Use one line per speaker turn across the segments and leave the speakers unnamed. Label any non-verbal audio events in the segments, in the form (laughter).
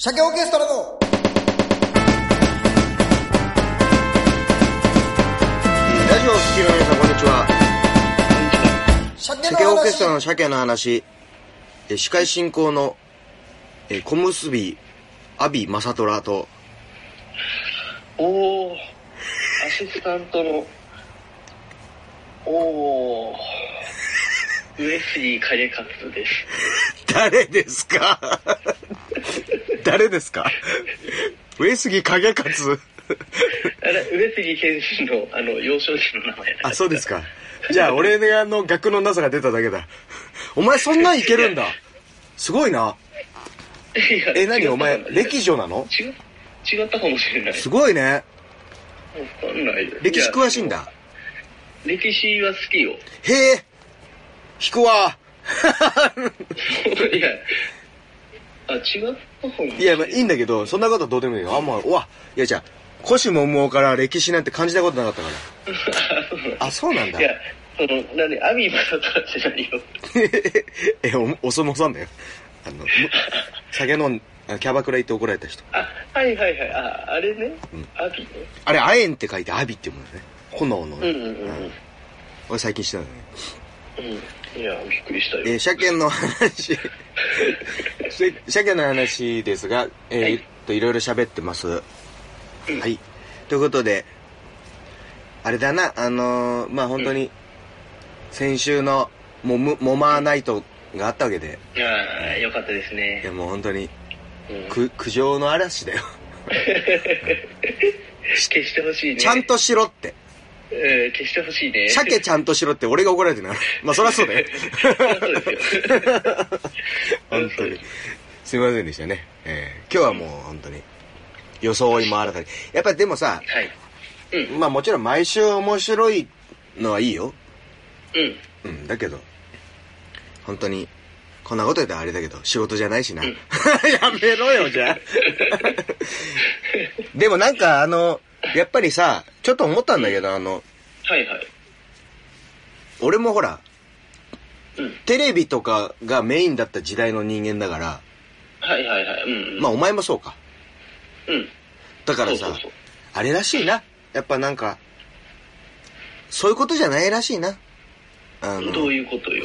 鮭オーケストラの
ラジオを聴きの皆さん、こんにちは。
鮭
鮭オ
の
ーケストラ
話
の鮭の話、えー司会進行の、えー小結び、阿ビ正虎と、
おおアシスタントのおおウエスリー影勝です
誰ですか (laughs) 誰ですか上杉景勝
あれ上杉謙信のあの幼少時の名前
あ、そうですか。じゃあ、俺の逆のなさが出ただけだ。お前、そんなんいけるんだ。すごいな。
いや
え、何
違った
お前
か、も
歴女なの
違違ったかもしれない
すごいね。
わかんない
歴史詳しいん
や
だ。
歴史は好きよ (laughs)
へえ。引くわ。
いやあ違ったかも (laughs)
いや、まあ、いいんだけど、そんなことはどうでもいいよ。あ、もう、うわ、いや、じゃあ、古紙文盲から歴史なんて感じたことなかったから。あ、そうなんだ
い。やその何アビー正虎じゃないよ
(laughs) え、お、お相撲さんだよ。あの、む酒飲ん、あキャバクラ行って怒られた人。
あはいはいはいああれね、アビね
あれ、アエンって書いてアビって読むんだね。炎のね。
うんうんうんうん
俺最近知ったんだね。
うんいや、びっくりしたよ。
えー車検の
(laughs)
話。せ車検の話ですが、えー
はい
い、といろいろ喋ってます。はい。ということで、あれだな、あのーまあ本当に、先週のもむ、もまナイトがあったわけで、
いやー、よかったです
いや
ね。
もう本当に、
うん
く、苦情の嵐だよ。
消してほしいね。
ちゃん。としろって。
うん、消してほしいね。
鮭ちゃんとしろって俺が怒られてるな。まあそりゃそう
(laughs)
だよ。
そうですよ。
本当に。 (laughs) すいませんでしたね。えー今日はもう本当に、装いも新たに。やっぱりでもさ、
はい。
まあもちろん毎週面白いのはいいよ。
うん。
うん、だけど、本当に、こんなこと言ったらあれだけど、仕事じゃないし (laughs) な。やめろよ、じゃあ。 (laughs) でもなんかあの、やっぱりさ、ちょっと思ったんだけど、あの、
はいはい。
俺もほら、
うん。
テレビとかがメインだった時代の人間だから、
はいはいはい。うんうん。
まあお前もそうか。
うん。
だから
そう
さ
そうそう、
あれらしいな。やっぱなんか、そういうことじゃないらしいな。あの
どういうことよ。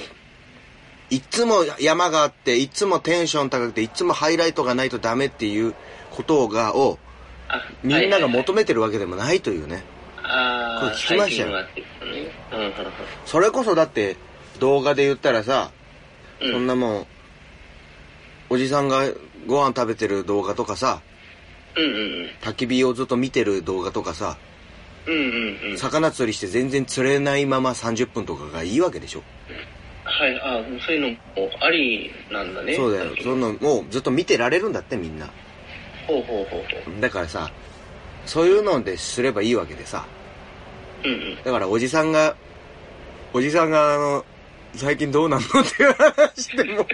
いっつも山があって、いっつもテンション高くて、いっつもハイライトがないとダメっていうことが、を、
あ、
みんなが求
め、
めてるわけでもないというね。
あ
こ
ー、
れ聞きましたよ
最近はってことねうんうんうん
それこそだって、動画で言ったらさ、
うん
そんなもん、おじさんがご飯食べてる動画とかさ、
うんうん
焚き火をずっと見てる動画とかさ、
うん。うんうんうん。
魚釣りして全然釣れないまま30分とかがいいわけでしょ。
はい、あー、そういうのもありなんだね。
そうだよ。そんなのもうずっと見てられるんだってみんな。
ほうほうほうほ
だからさ、そういうのですればいいわけでさ、
う。うんうん。
だからおじさんが、おじさんがあの、最近どうなんのっていう話でも、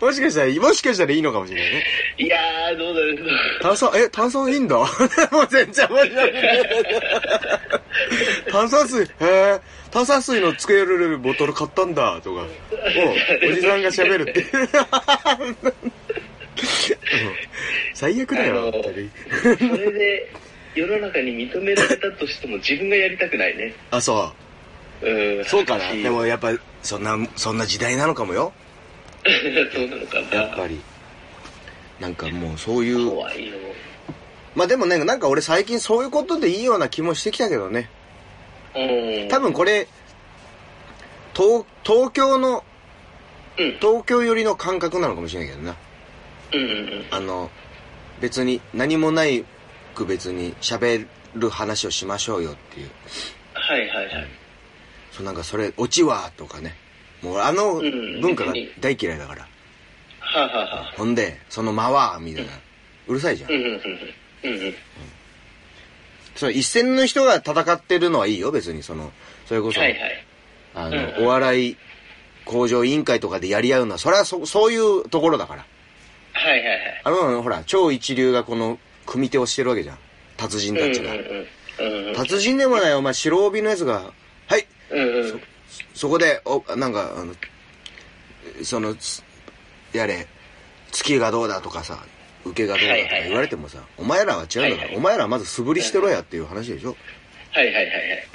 もしかしたら、もしかしたらいいのかもしれないね。
いやー、どうだろうどうだろう。
炭酸、え、炭酸いいんだ (laughs) もう全然面白くない。炭酸水、へえ、炭酸水のつけれるボトル買ったんだ、とか、をおじさんが喋るっていう。うん最悪だ
あ
よ、
の
本当に。
それで世の中に認められたとしても自分がやりたくないね。
あ、そう。
うん。
そうかな
し
でもやっぱそんなそんな時代なのかもよ
(laughs) そうなのかな。
やっぱりなんかもうそういう
怖いよ。
まあでもねなんか俺最近そういうことでいいような気もしてきたけどね
うん。
多分これ東東京の
うん。
東京寄りの感覚なのかもしれないけどな
うんうんうん。
あの別に何もないく別に喋る話をしましょうよっていう
はいはいはい。
そうなんかそれオチはとかねもう俺あの
ん
文化が
別に
大嫌いだから
はあ、はあはあ、
ほんでその間はみたいなうるさいじゃん
うんうんうんうん。うんうん。
その一線の人が戦ってるのはいいよ、別に。その、それこそ、
はいはい。
あ
うんう
の、
ん
お笑い工場委員会とかでやり合うのは、それはそ、そういうところだから。
はいはいはい。
あの、ほら、超一流がこの、組み手をしてるわけじゃん。達人
うん
た
うん
ちが。
うん。うんうん。
達人でもない、お前、白帯のやつが、はい、
うんうん。
そこで、お、なんか、あの、その、つやれ、月がどうだとかさ、受けがどうだとか言われてもさ、お前らは違うんだから、
はいはい
お前らはまず素振りしてろやっていう話でしょ
はいはいはいはい。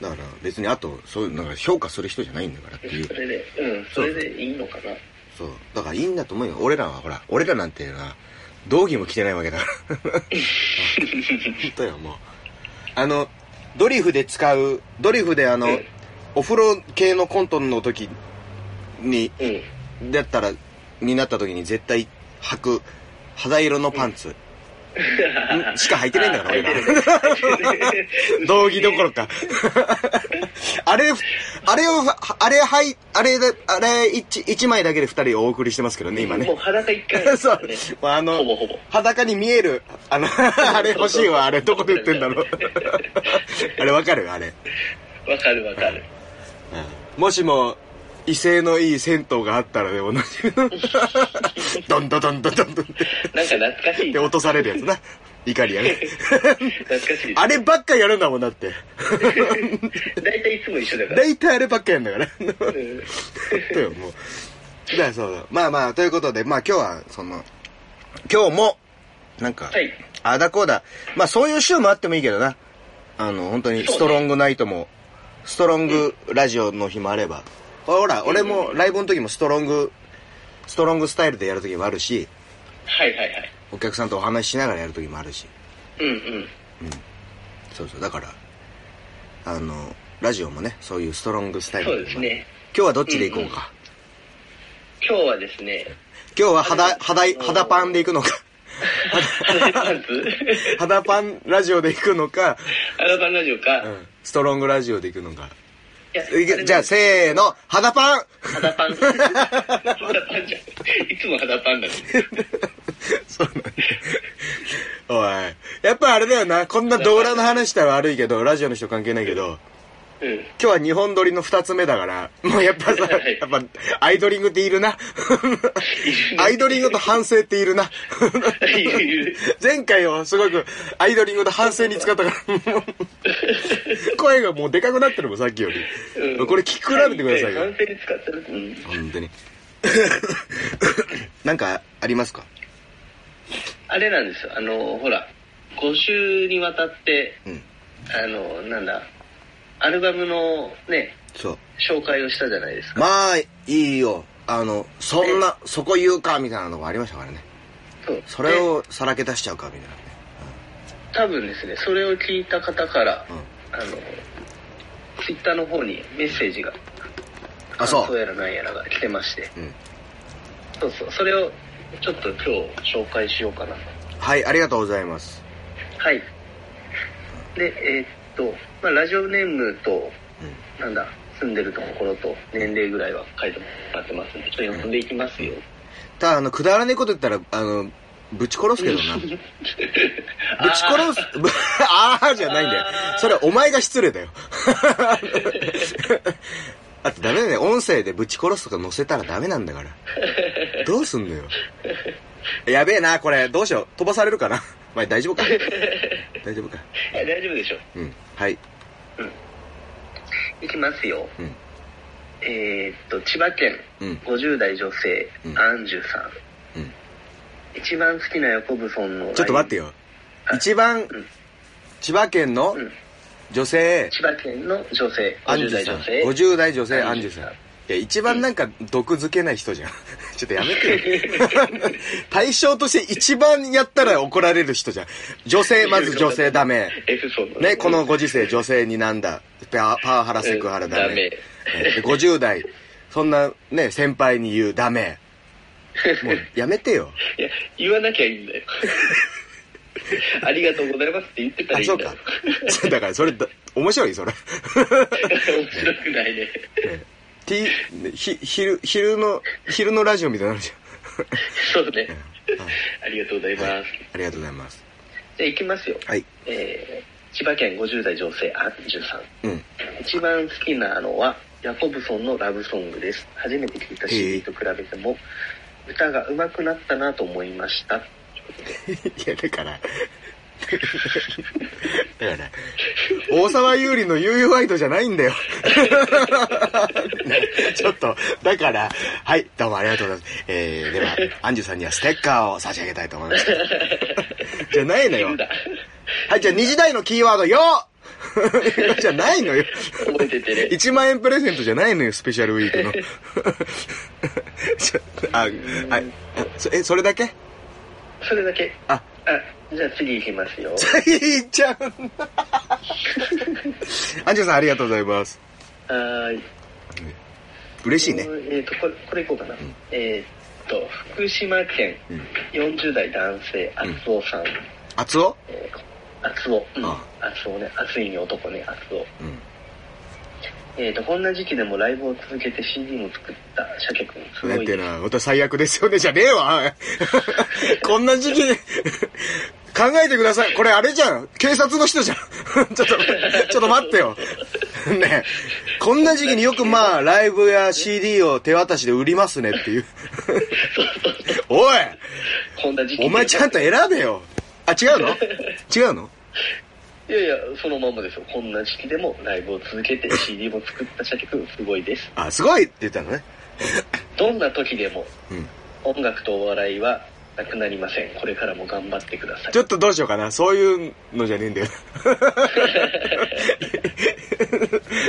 だから別にあとそういうなんか評価する人じゃないんだからっていう
それで、うん、それでいいのかな。
そうだからいいんだと思うよ俺らはほら俺らなんていうのは道着も着てないわけだから
(laughs)
本当よもうあのドリフで使うドリフであの、
うん
お風呂系のコントの時に
うん。
だったらになった時に絶対履く肌色のパンツ、んしか履いてないんだから俺
(laughs)
ら道着どころかあれあれをあれはいあれであれ 1, 一枚だけで2人お送りしてますけどね今ね
もう裸一回です
(laughs) そ
から
う
ね。。
まああの
ほぼほぼ、
裸に見える、あ
(laughs)
の、あれ欲しいわ、あれどこで売ってんだろう。あれわかるあれ。
わかるわかる。
もしも、威勢のいい銭湯があったらで同じ。
(laughs)
どんどんどんどんどんどんって、
なんか懐かしい。
で
(laughs) 懐
落とされるやつな。怒りやね。
かしい。
あればっかやるんだもんだって。
(laughs) 大体いつも一緒だから。
大体あればっかやるんだから。
うん
だよもう。だからそうだ。まあまあ、ということで、まあ今日は、その、今日も、なんか、
はい
ああだこうだ。まあそういう週もあってもいいけどな。あの、本当にストロングナイトも、ストロングラジオの日もあれば。ほら、俺もライブの時もストロング、ストロングスタイルでやる時もあるし、
はいはいはい。
お客さんとお話ししながらやる時もあるし。
うんうん。
そうそう。だから、あの、ラジオもね、そういうストロングスタイル
そうですね。
今日はどっちで行こうか。
今日はですね、
今日は肌、肌い、肌パンで行くのか。
アパン
(laughs)
ツ、
肌パンラジオで行くのか、
アラバンラジオか。
ストロングラジオで行くのか。
いや
いけじゃあ、せーの、肌パン (laughs)
肌パン。肌パンじゃん。いつも肌パンだね。
(laughs) そうなんだおい。やっぱあれだよな、こんな動乱の話したら悪いけど、ラジオの人関係ないけど、
うん。
今日は日本撮りの二つ目だから、もうやっぱさ、や
はい
っぱ、アイドリングっているな。アイドリングと反省っているな。 (laughs) 前回はすごく、アイドリングと反省に使った (laughs) から、もう声がもうでかくなってるもん、さっきより。
うん
これ聞き比べてくださいよ。
反省に使ってる。うん
本当に (laughs) なんかありますか
あれなんですよ。あの、ほら、5週にわたって、
うん
あの、なんだ、アルバムのね、
そう
紹介をしたじゃないですか。
まあいいよあのそんなそこ言うかみたいなのがありましたからね
そう
それをさらけ出しちゃうかみたいなね
で多分ですね、それを聞いた方から、あの、ツイッターの方にメッセージが、
あそう
感想やらなんやらが来てまして、
うん、うん、
そうそう、それをちょっと今日紹介しようかなと。
はいありがとうございます
はい。で、えーっと、まあ、ラジオネームと、なんだ、住んでるところと年齢ぐらいは書いてもらってますんで、ちょっと読んでいきますよ。
ただあのくだらねえこと言ったらあのぶち殺すけど (laughs) なぶち殺すぶああじゃないんだよそれはお前が失礼だよ (laughs) あとダメだね音声でぶち殺すとか載せたらダメなんだからどうすんのよやべえなこれどうしよう飛ばされるかな (laughs) お前大丈夫か
(laughs)
大丈夫か
え大丈夫でしょ
うんはい
いきますよ。
うん
えーっと、千葉県、
うん
50代女性、
うん
アンジュさ
う
ん。
ん
一番好きなヤコブソンの。
ちょっと待って
よ。
よ一番千葉県の
うん
女性
千葉県の女性、
アンジ
50
ュ
代
さん
女性。
50代女性ア
ア
ン
ン
ジ
ジ
ュ
ュ
さん
さん
いや一番なんか毒づけない人じゃん (laughs) ちょっとやめてよ
(laughs)
対象として一番やったら怒られる人じゃん女
(laughs)
性まず女性ダメ
F ソンの
ねこのご時世女性になんだパパワハラセクハラダ
ダ
メ
メ
えで50代そんなね先輩に言うダメもうやめて
(laughs)
よ
いや、言わなきゃいいん
(laughs)
だよ。ありがとうございますって言ってたら
あ
いい
そ
ん
う
だよ
か。そうだからそれ (laughs) だ面白いそれ (laughs)
面白くないね。
T ひ昼昼の昼のラジオみたいになるじ
そうね
うん。
ありがとうございま
ゃ
す。
ん、はい
じ
ありがとうございます
ゃあ行きますよ。
はい
えー、千葉県50代女性アンジュさん。
うん (laughs)
一番好きなのはヤコブソンのラブソングです。初めて聞いた CD と比べても歌が上手くなったなと思いました。
いやだから (laughs) だから、大沢優里の悠々ワイドじゃないんだよ。 (laughs) ちょっと、だから、はい、どうもありがとうございます。えー、では、アンジュさんにはステッカーを差し上げたいと思います。じゃないのよ
ん。だ。
はい、じゃあ2時台のキーワードよ (laughs) じゃないのよ。
覚えててね。
1万円プレゼントじゃないのよ、スペシャルウィークの。 (laughs) ちょあ、あ、そえ、それだけ (laughs)
それだけ。
あ、
あ、じゃあ次行きますよ。
いっちゃうんだ。アンジュさんありがとうございます。
はーい。
嬉しいね。
えっ、と、これ、これいこうかな。えっと、福島県
うん
40代男性、
ん
厚尾さん。
厚尾
えー厚尾。うん。
あ
厚尾ね。熱いに男ね、厚尾。
うん。
えっ、と、こんな時期でもライブを続けて CD も作った、シャケ君。す
な
ご
ん
い
てい
で
う
す
の。は、また最悪ですよね、じゃねえわ。 (laughs) こんな時期に考えてください。これあれじゃん。警察の人じゃん。 (laughs) ちょっと、ちょっと待ってよ。ねえこんな時期によくまあ、ライブや CD を手渡しで売りますねっていう。 (laughs) おい
こんな時期で
お前ちゃんと選べよ。あ、違うの違うの
いやいや、そのまんまですよ。こんな時期でもライブを続けて CD も作ったシャケ君、すごいです。
あ、すごいって言ったのね。
どんな時でも、
うん。
音楽とお笑いはなくなりません。これからも頑張ってください。
ちょっとどうしようかな。そういうのじゃねえんだよな。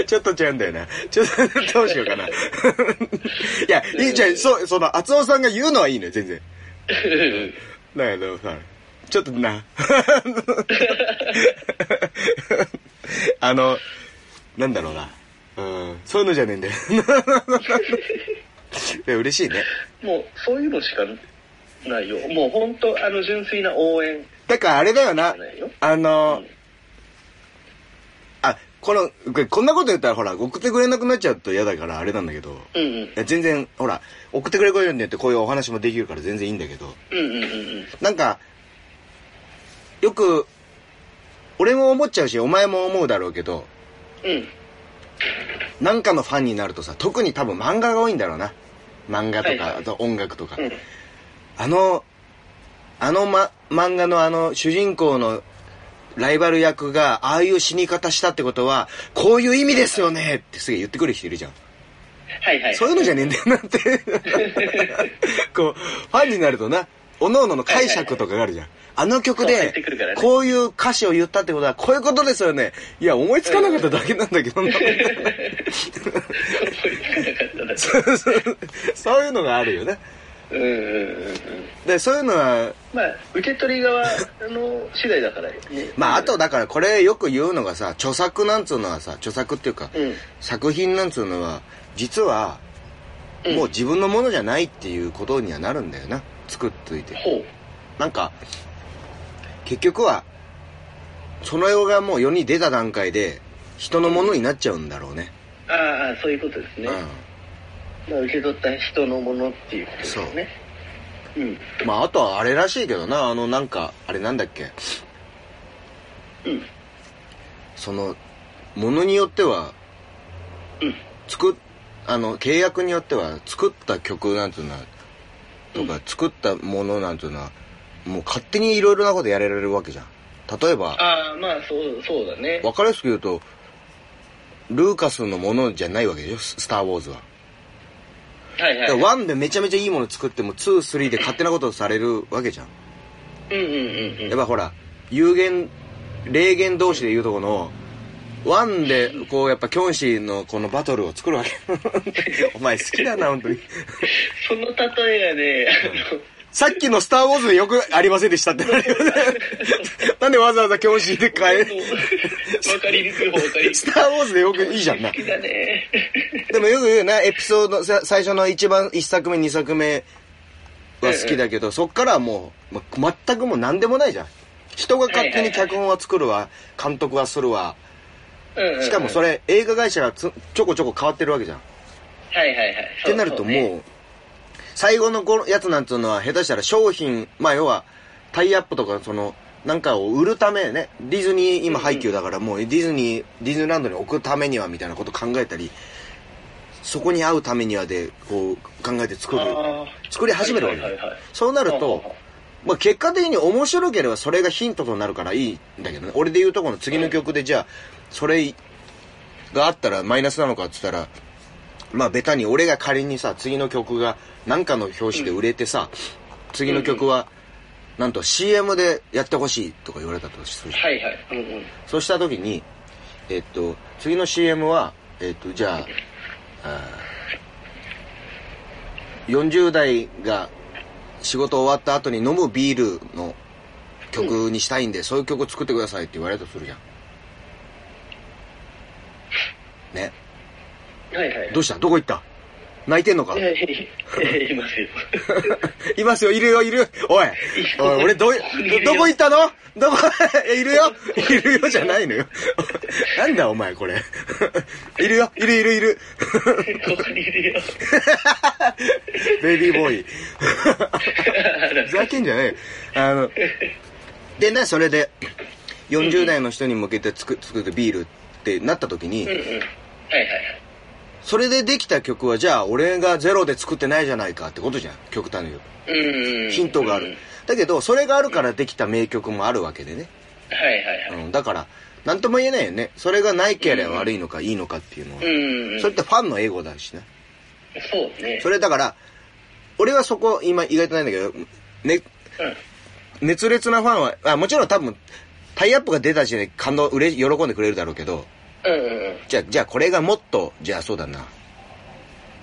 ちょっと違うんだよな。ちょっと、どうしようかな。いや、いいじゃん。そう、その、厚尾さんが言うのはいいのよ、全然。だけどさ、ちょっとな。あの、なんだろうな。うん、そういうのじゃねえんだよ。いや嬉しいね。
(laughs) もうそういうのしかないよ。もう本当あの純粋な応援
だからあれだよな
じゃないよ。
あの、あ、この、こんなこと言ったらほら、送ってくれなくなっちゃうと嫌だからあれなんだけど、
うんう
い
ん
や全然、ほら、送ってくれるようによってこういうお話もできるから全然いいんだけど、
うんうんうんうん
なんか、よく、俺も思っちゃうし、お前も思うだろうけど、
うん
なんかのファンになるとさ、特に多分漫画が多いんだろうな。漫画と
はい
か、
はい
あと音楽とか。
うん
あの、あの、ま、漫画のあの主人公のライバル役がああいう死に方したってことは、こういう意味ですよねってすげえ言ってくる人いるじゃん。
はいはい
そういうのじゃねえんだよな
(laughs)
って。こう、ファンになるとな、おののの解釈とかがあるじゃん。あの曲
そう入
で
ってくるから、ね
こういう歌詞を言ったってことは、こういうことですよね。いや、思いつかなかっただけなんだけ
(laughs)
どな。そうそう (laughs) そういうのがあるよね。
(laughs) うんうんうんうん
で、そういうのは、
まあ受け取り側の次第だからね
まあ、あとだからこれよく言うのがさ、著作なんつうのはさ、著作っていうか、
うん
作品なんつうのは、実は、
うん
もう自分のものじゃないっていうことにはなるんだよな。作っといて。
ほう
なんか、結局は、その世がもう世に出た段階で、人のものになっちゃうんだろうね。
ああそういうことですね、
う
まあ、受け取った人のものっていうことですねうん
ん。まあ、あとはあれらしいけどな、あの、なんか、あれなんだっけ。
うん
その、ものによっては、
うん
作っ、あの、契約によっては、作った曲なんていうのは、とか、作ったものなんていうのは、もう勝手にいろいろなことやれられるわけじゃん。例えば、
ああまあそうそうだね
わかりやすく言うと、ルーカスのものじゃないわけでしょ、ススター・ウォーズは。
はい
だ
はい
から1でめちゃめちゃいいもの作っても、2、3で勝手なことをされるわけじゃん。
うんうんうんうん
やっぱほら、有限、霊言同士で言うとこの、ワンで、こう、やっぱ、キョンシーのこのバトルを作るわけ。 (laughs) お前好きだな、本当に。
その例えがねあの
さっきのスターウォーズでよくありませんでしたって (laughs) なるよね。なんでわざわざキョンシーで変え、
わかりにくい方わかりにくい
スターウォーズでよくいいじゃんな
好。きだ
(laughs)
ね。
でもよく言うな、エピソード、さ最初の一番、一作目、二作目は好きだけど、そっからはもう、ま全くもう何でもないじゃん。人が勝手に脚本は作るわ、監督はするわ。
うんうん
しかもそれ、映画会社がつちょこちょこ変わってるわけじゃん。っ
はいはいはい。
てなると
そ
も
うね
う、最後のこのやつなんつうのは、下手したら商品、まあ要は、タイアップとか、その、なんかを売るためね、ディズニー、今配給だからもうディズニー、ディズニーランドに置くためにはみたいなこと考えたり、そこに合うためにはで、こう、考えて作る
あー
作り始めるわけ
はいはいはい
そうなる
ほうほう
と
ほ
まあ、結果的に面白ければそれがヒントとなるからいいんだけどね俺で言うとこの次の曲でじゃあそれがあったらマイナスなのかっつったらまあベタに俺が仮にさ次の曲が何かの表紙で売れてさ、次の曲はなんと CM でやってほしいとか言われたとするじゃん
はいはい。うんうん。
そうした時にえっと次の CM はえっとじゃああー40代が仕事終わった後に飲むビールの曲にしたいんで、そういう曲を作ってくださいって言われたとするじゃんね
はいはい。
どうしたどこ行った泣いてんのか
いやいやいやいますよ。 (laughs)
(laughs) いますよ、いるよ、いる。おい、おい俺どう、ど、どこ行ったのどこ、 (laughs) いるよ、いるよじゃないのよ。 (laughs) なんだお前これ。 (laughs) いるよ、いるいるいる。 (laughs)
ここにいるよ。
ベイビーボーイ。ふざけんじゃねえよあの、でね、それで、40代の人に向けて作作るビールってなった時に
うん、うん。はいはいはい。
それでできた曲はじゃあ俺がゼロで作ってないじゃないかってことじゃん、極端に言うと。
うんうん。
ヒントがあ
うん
る。だけど、それがあるからできた名曲もあるわけでね。
はいはいはい。
うん、だから、なんとも言えないよね。それがないければ悪いのかいいのかっていうのは。
うんうん。
それってファンのエゴだしね。
そうね。
それだから、俺はそこ今意外とないんだけど、ね、
うん。
熱烈なファンは、あもちろん多分、タイアップが出た時点で感動、うれ喜んでくれるだろうけど、
うんうんうん。
じゃあ、じゃあこれがもっと、じゃあそうだな。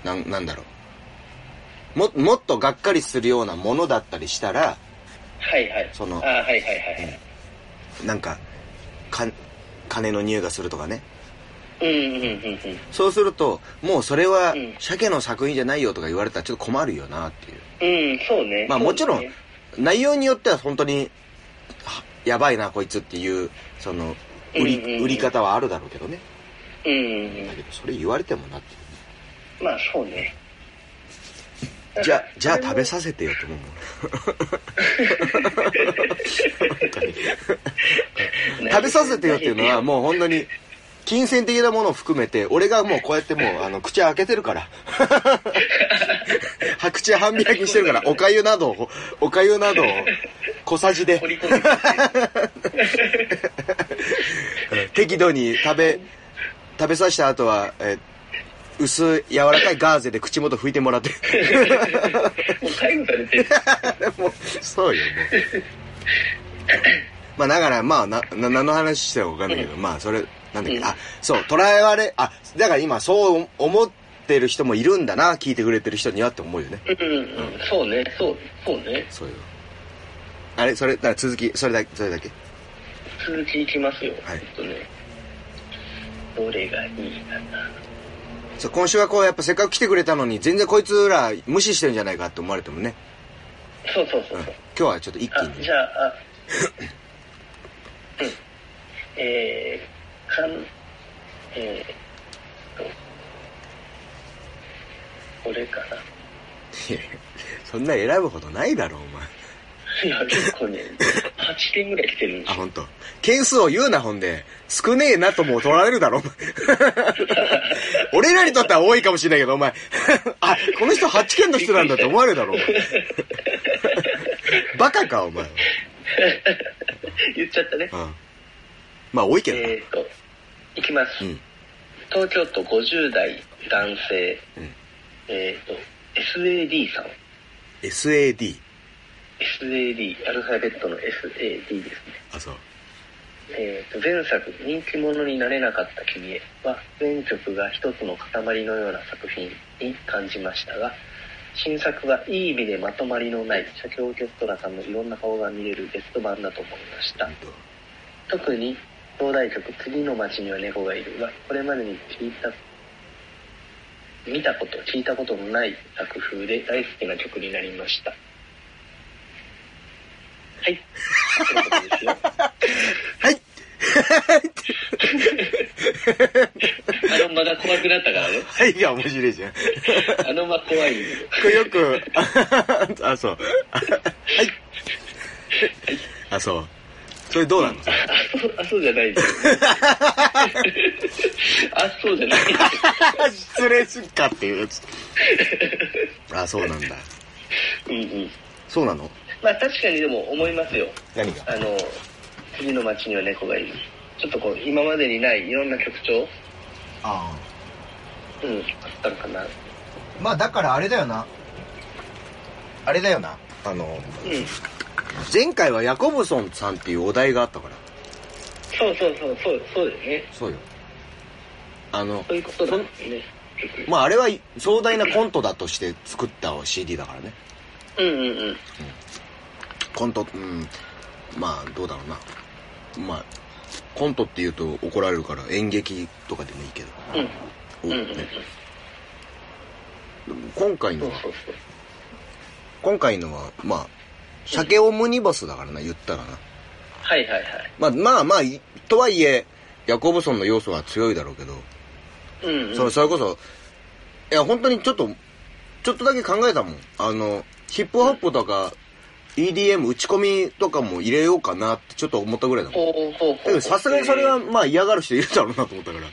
なん、なんだろう。も、もっとがっかりするようなものだったりしたら、
はいはい。
その
あはいはいはい
なんか、か、金の匂いがするとかね。
はい。うんうんうんうん。
そうすると、もうそれは
うん、
鮭の作品じゃないよとか言われたらちょっと困るよなっていう。
うん、そうね。
まあもちろ
そうんね、
内容によっては本当に、はやばいなこいつっていう、その、売
うんうんう
り、
ん
売り方はあるだろうけどね。
うんうんう
だ
ん。
けど、それ言われてもなっていう
まあそうね。
ね。じゃあ、じゃあ食べさせてよって思うもん。本当に食べさせてよっていうのはもう本当に、金銭的なものを含めて、俺がもうこうやってもう、あの、口開けてるから。は口半開きにしてるから、おかゆなどを、おかゆなどを、小さじで
掘、り込んでくる
適度に食べ、食べさせた後は、えー薄い柔らかいガーゼで口元拭いてもらって。
もう介護されてる。
もう、そうよ、もう。
(laughs)
まあ、だから、まあ、な、な何の話してるかわかんないけど、まあ、それ、なんだっけ、
うん
あ、そう、捉えられ、あ、だから今、そう思ってる人もいるんだな、聞いてくれてる人にはって思うよね。
うんうんうん。そうね。そう、そうね。
そうよ。あれ、それ、だから続き、それだけ、それだけ。
続きいきますよ。
はい
えっとね。どれがいいかな。
そう、今週はこう、やっぱせっかく来てくれたのに、全然こいつら無視してるんじゃないかって思われてもね。
そうそうそう
うん。
そう。
今日はちょっと一気
あ
に。
じゃあ、あうん、えー、かん、えーと、これかな。
いやそんな選ぶことないだろ、お前。
いや、結構ね、8点ぐらい来てるんで
あ、
すよ。
ほんと。件数を言うな、ほんで。少ねえなとも取られるだろ、お前 (laughs) 俺らにとっては多いかもしれないけど、お前。 (laughs) あ、この人8件の人なんだって思われるだろ、お前。 (laughs) バカか、お前。うん。
(laughs) 言っちゃったね。
まあ、多いけどな。
えーと、いきます。
うん
東京都50代男性、
うん
えーと、SAD さん。
SAD。
SAD、アルファベットの SAD ですね。
あ、そう。
えーと前作「人気者になれなかった君へ」は全曲が一つの塊のような作品に感じましたが新作はいい意味でまとまりのない社協オーケストラさんのいろんな顔が見れるベスト版だと思いました
ほんと
特に東大曲「次の街には猫がいる」はこれまでに聞いた見たこと聞いたことのない作風で大好きな曲になりましたはいということですよ
はい
あの間が怖くなったからね。
はいが面白いじゃん。こ
あの間怖いんで。
れよく、 (laughs) ああ、そう。あはい。あ、そう。それどうなの (laughs)
あ、そう、あ、そうじゃないです。 (laughs) あ、そうじゃない。
失礼すっかっていうやつ。あ、そうなんだ。
うんうん。
そうなの
まあ確かにでも思いますよ。
何が
あの、次の街には猫がいる。ちょっとこう、今までにないいろんな曲調、
あ
うん、あったのかな。
あまあだからあれだよなあれだよな
あの、
うん。
前回はヤコブソンさんっていうお題があったから。
そうそうそう、そう、そうだよね。
そうよ。あの、
そういうことだもんね。結局
まああれは壮大なコントだとして作った CD だからね。
うんうんうん。
コント、うん、まあどうだろうな。まあ、コントって言うと怒られるから演劇とかでもいいけど。
うん。
お
うんうんうん
ね、でも今回
そ
の
う
は、
そう
今回のは、まあ、鮭オムニバスだからな、言ったらな。
そう。はいはいはい。
まあまあまあ、いとはいえ、ヤコブソンの要素は強いだろうけど、
うん、うん。
それそれこそ、いや、本当にちょっと、ちょっとだけ考えたもん。あの、ヒップホップとか、EDM 打ち込みとかも入れようかなってちょっと思ったぐらいだもん。
ほうほうほう
だけどさすがにそれは
うん
まあ嫌がる人いるだろうなと思ったから。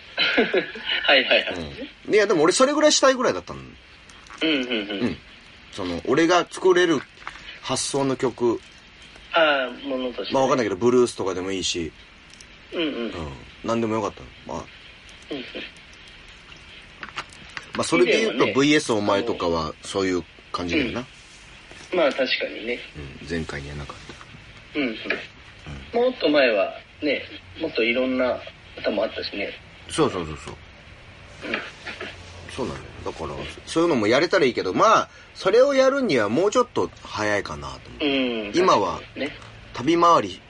(laughs) はいはいはい。
うん。いや、でも俺それぐらいしたいぐらいだったの。
うんうんうん。
うんその、俺が作れる発想の曲、
ああ、ものとして、
まあわかんないけ
い。
ど、ブルースとかでもいいし、
うんうん。うんうん
うん。なんでもよかったの。まあ、まあそれで言うと
以前はね
VS お前とかはそういう感じだよな。
まあ確かにね。
うん。前回にはなかった。
うんうん。もっと前は、ね、もっといろんな歌もあったしね。
そうそうそうそう。そうなんだよ。だから、そういうのもやれたらいいけど、まあ、それをやるにはもうちょっと早いかなと思う。
うん。
今は
ね。
旅回り、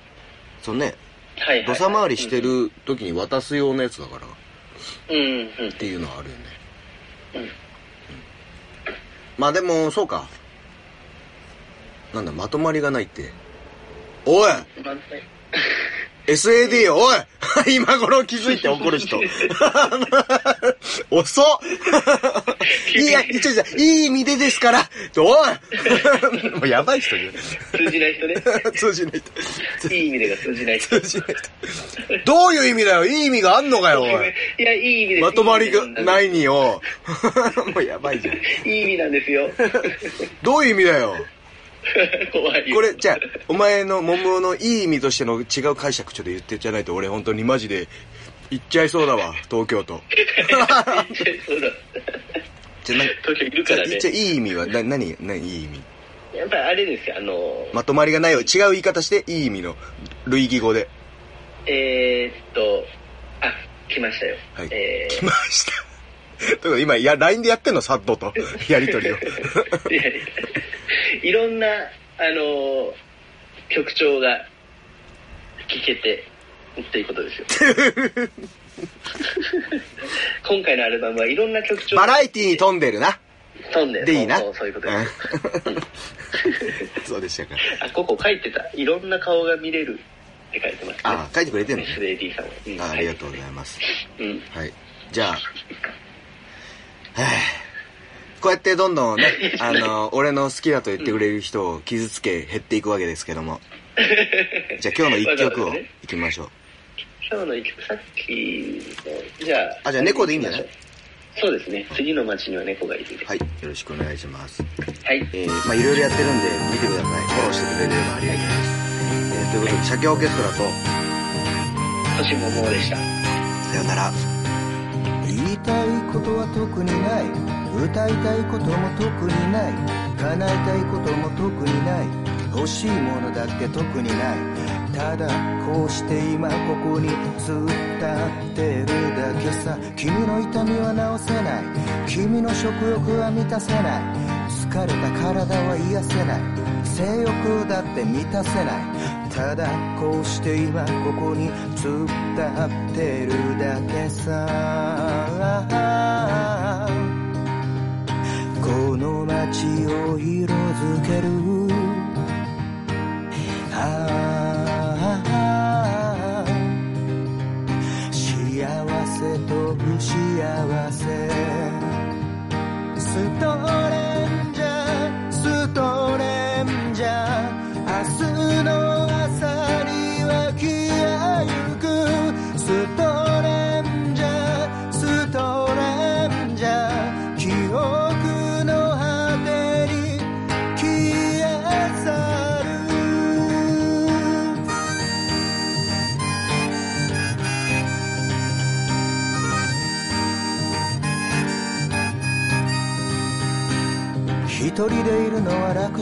そのね、
はいはい、はい。
土砂回りして。る時に渡すようなやつだから、っ
うんうんうん。
ていうのはあるよね。
うん
まあでも、そうか。なんだ、まとまりがないって。おい
まあね
!SAD おい (laughs) 今頃気づいて怒る (laughs) 人。遅っいや、ちょいちょい、いい意味でですからお (laughs) いもうやばい人じゃん。
通じな
(laughs)
い人ね。
通じないと。
いい意味でが通じない人。
通じないと。どういう意味だよいい意味があんのかよ、お (laughs) い。
いや、いい意味です。。
まとまりがないいによ。 (laughs) もうやばいじゃん。
いい意味なんで
(laughs)
すよ。
どういう意味だよ
怖いよ。
これ、じゃあ、お前の桃のいい意味としての違う解釈ちょっと言ってじゃないと、俺本当にマジで、行っちゃいそうだわ、東京都。
そうだ。
じゃあ、な
東京いる
じ
か
ゃあ
らね
一。応いい意味は、な、何、何、いい意味
やっぱりあれですよ、あの、
まとまりがないよ。違う言い方して、いい意味の、類義語で。
えー、っと、あ、来ましたよ。
はい
え
来ました。 (laughs) ということで、今、いや、LINE でやってんの、サッド
(laughs)
と。やりとりを。
ー、いやいやいろんな、あの、曲調が聞けて、っていうことですよ。
(laughs)
今回のアルバムはいろんな曲調
バラエティに富んでるな。
飛んで、
でいいな。
そうそうそういうことです。
うん (laughs) そうでしたか。
あ、ここ書いてた。いろんな顔が見れるって書いてますね。
ああ、書いてくれてんの
(laughs) SAD さんは。うん
あありがとうございます。
う。うん。
はい。じゃあ、はあ、こうやってどんどんね、
(laughs)
あの、俺の好きだと言ってくれる人を傷つけ減っていくわけですけども。じゃあ今日の一曲を
わざわ
行
ざね
きましょう。
今日の一曲、さっきの、じゃあ。
あじゃあ猫でいいんじゃない
そうですね。次の街には猫がいるで。
はい。よろしくお願いします。
はい。
えー、まあいろいろやってるんで見てください。フォローしてくれればありがたいです。えー、ということで、社協オーケストラと、
年ももでした。
さよなら。
言いたいことは特にない歌いたいことも特にない叶えたいことも特にない欲しいものだって特にないただこうして今ここに突っ立ってるだけさ君の痛みは治せない君の食欲は満たせない疲れた体は癒せない性欲だって満たせないただこうして今ここに突っ立ってるだけさこの街を色づけるああ幸せと不幸せストレンジャーストレンジャー明日の朝には消えゆくストレンジャーストレンジャー記憶の果てに消え去る
人でいるのは楽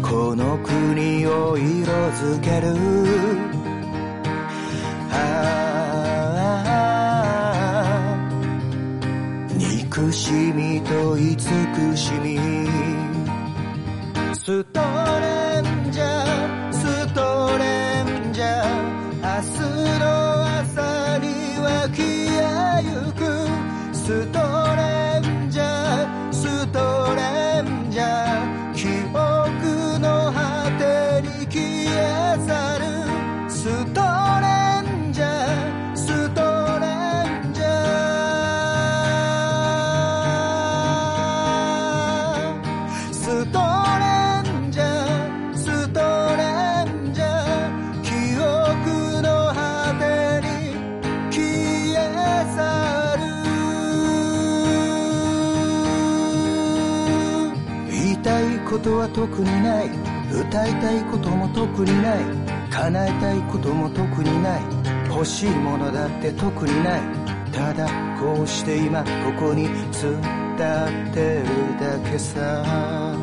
この国を色づけるああ憎しみと慈しみストレンジャーストレンジャー明日の朝には消えゆくストレンジャーストレンジャー記憶の果てに消え去るストレンジャーストレンジャーストレンジャーストレンジャー記憶の果てに消え去る言いたいことは特にない歌いたいことも特にない叶えたいことも特にない欲しいものだって特にないただこうして今ここに伝ってるだけさ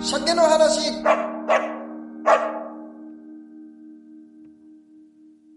鮭の話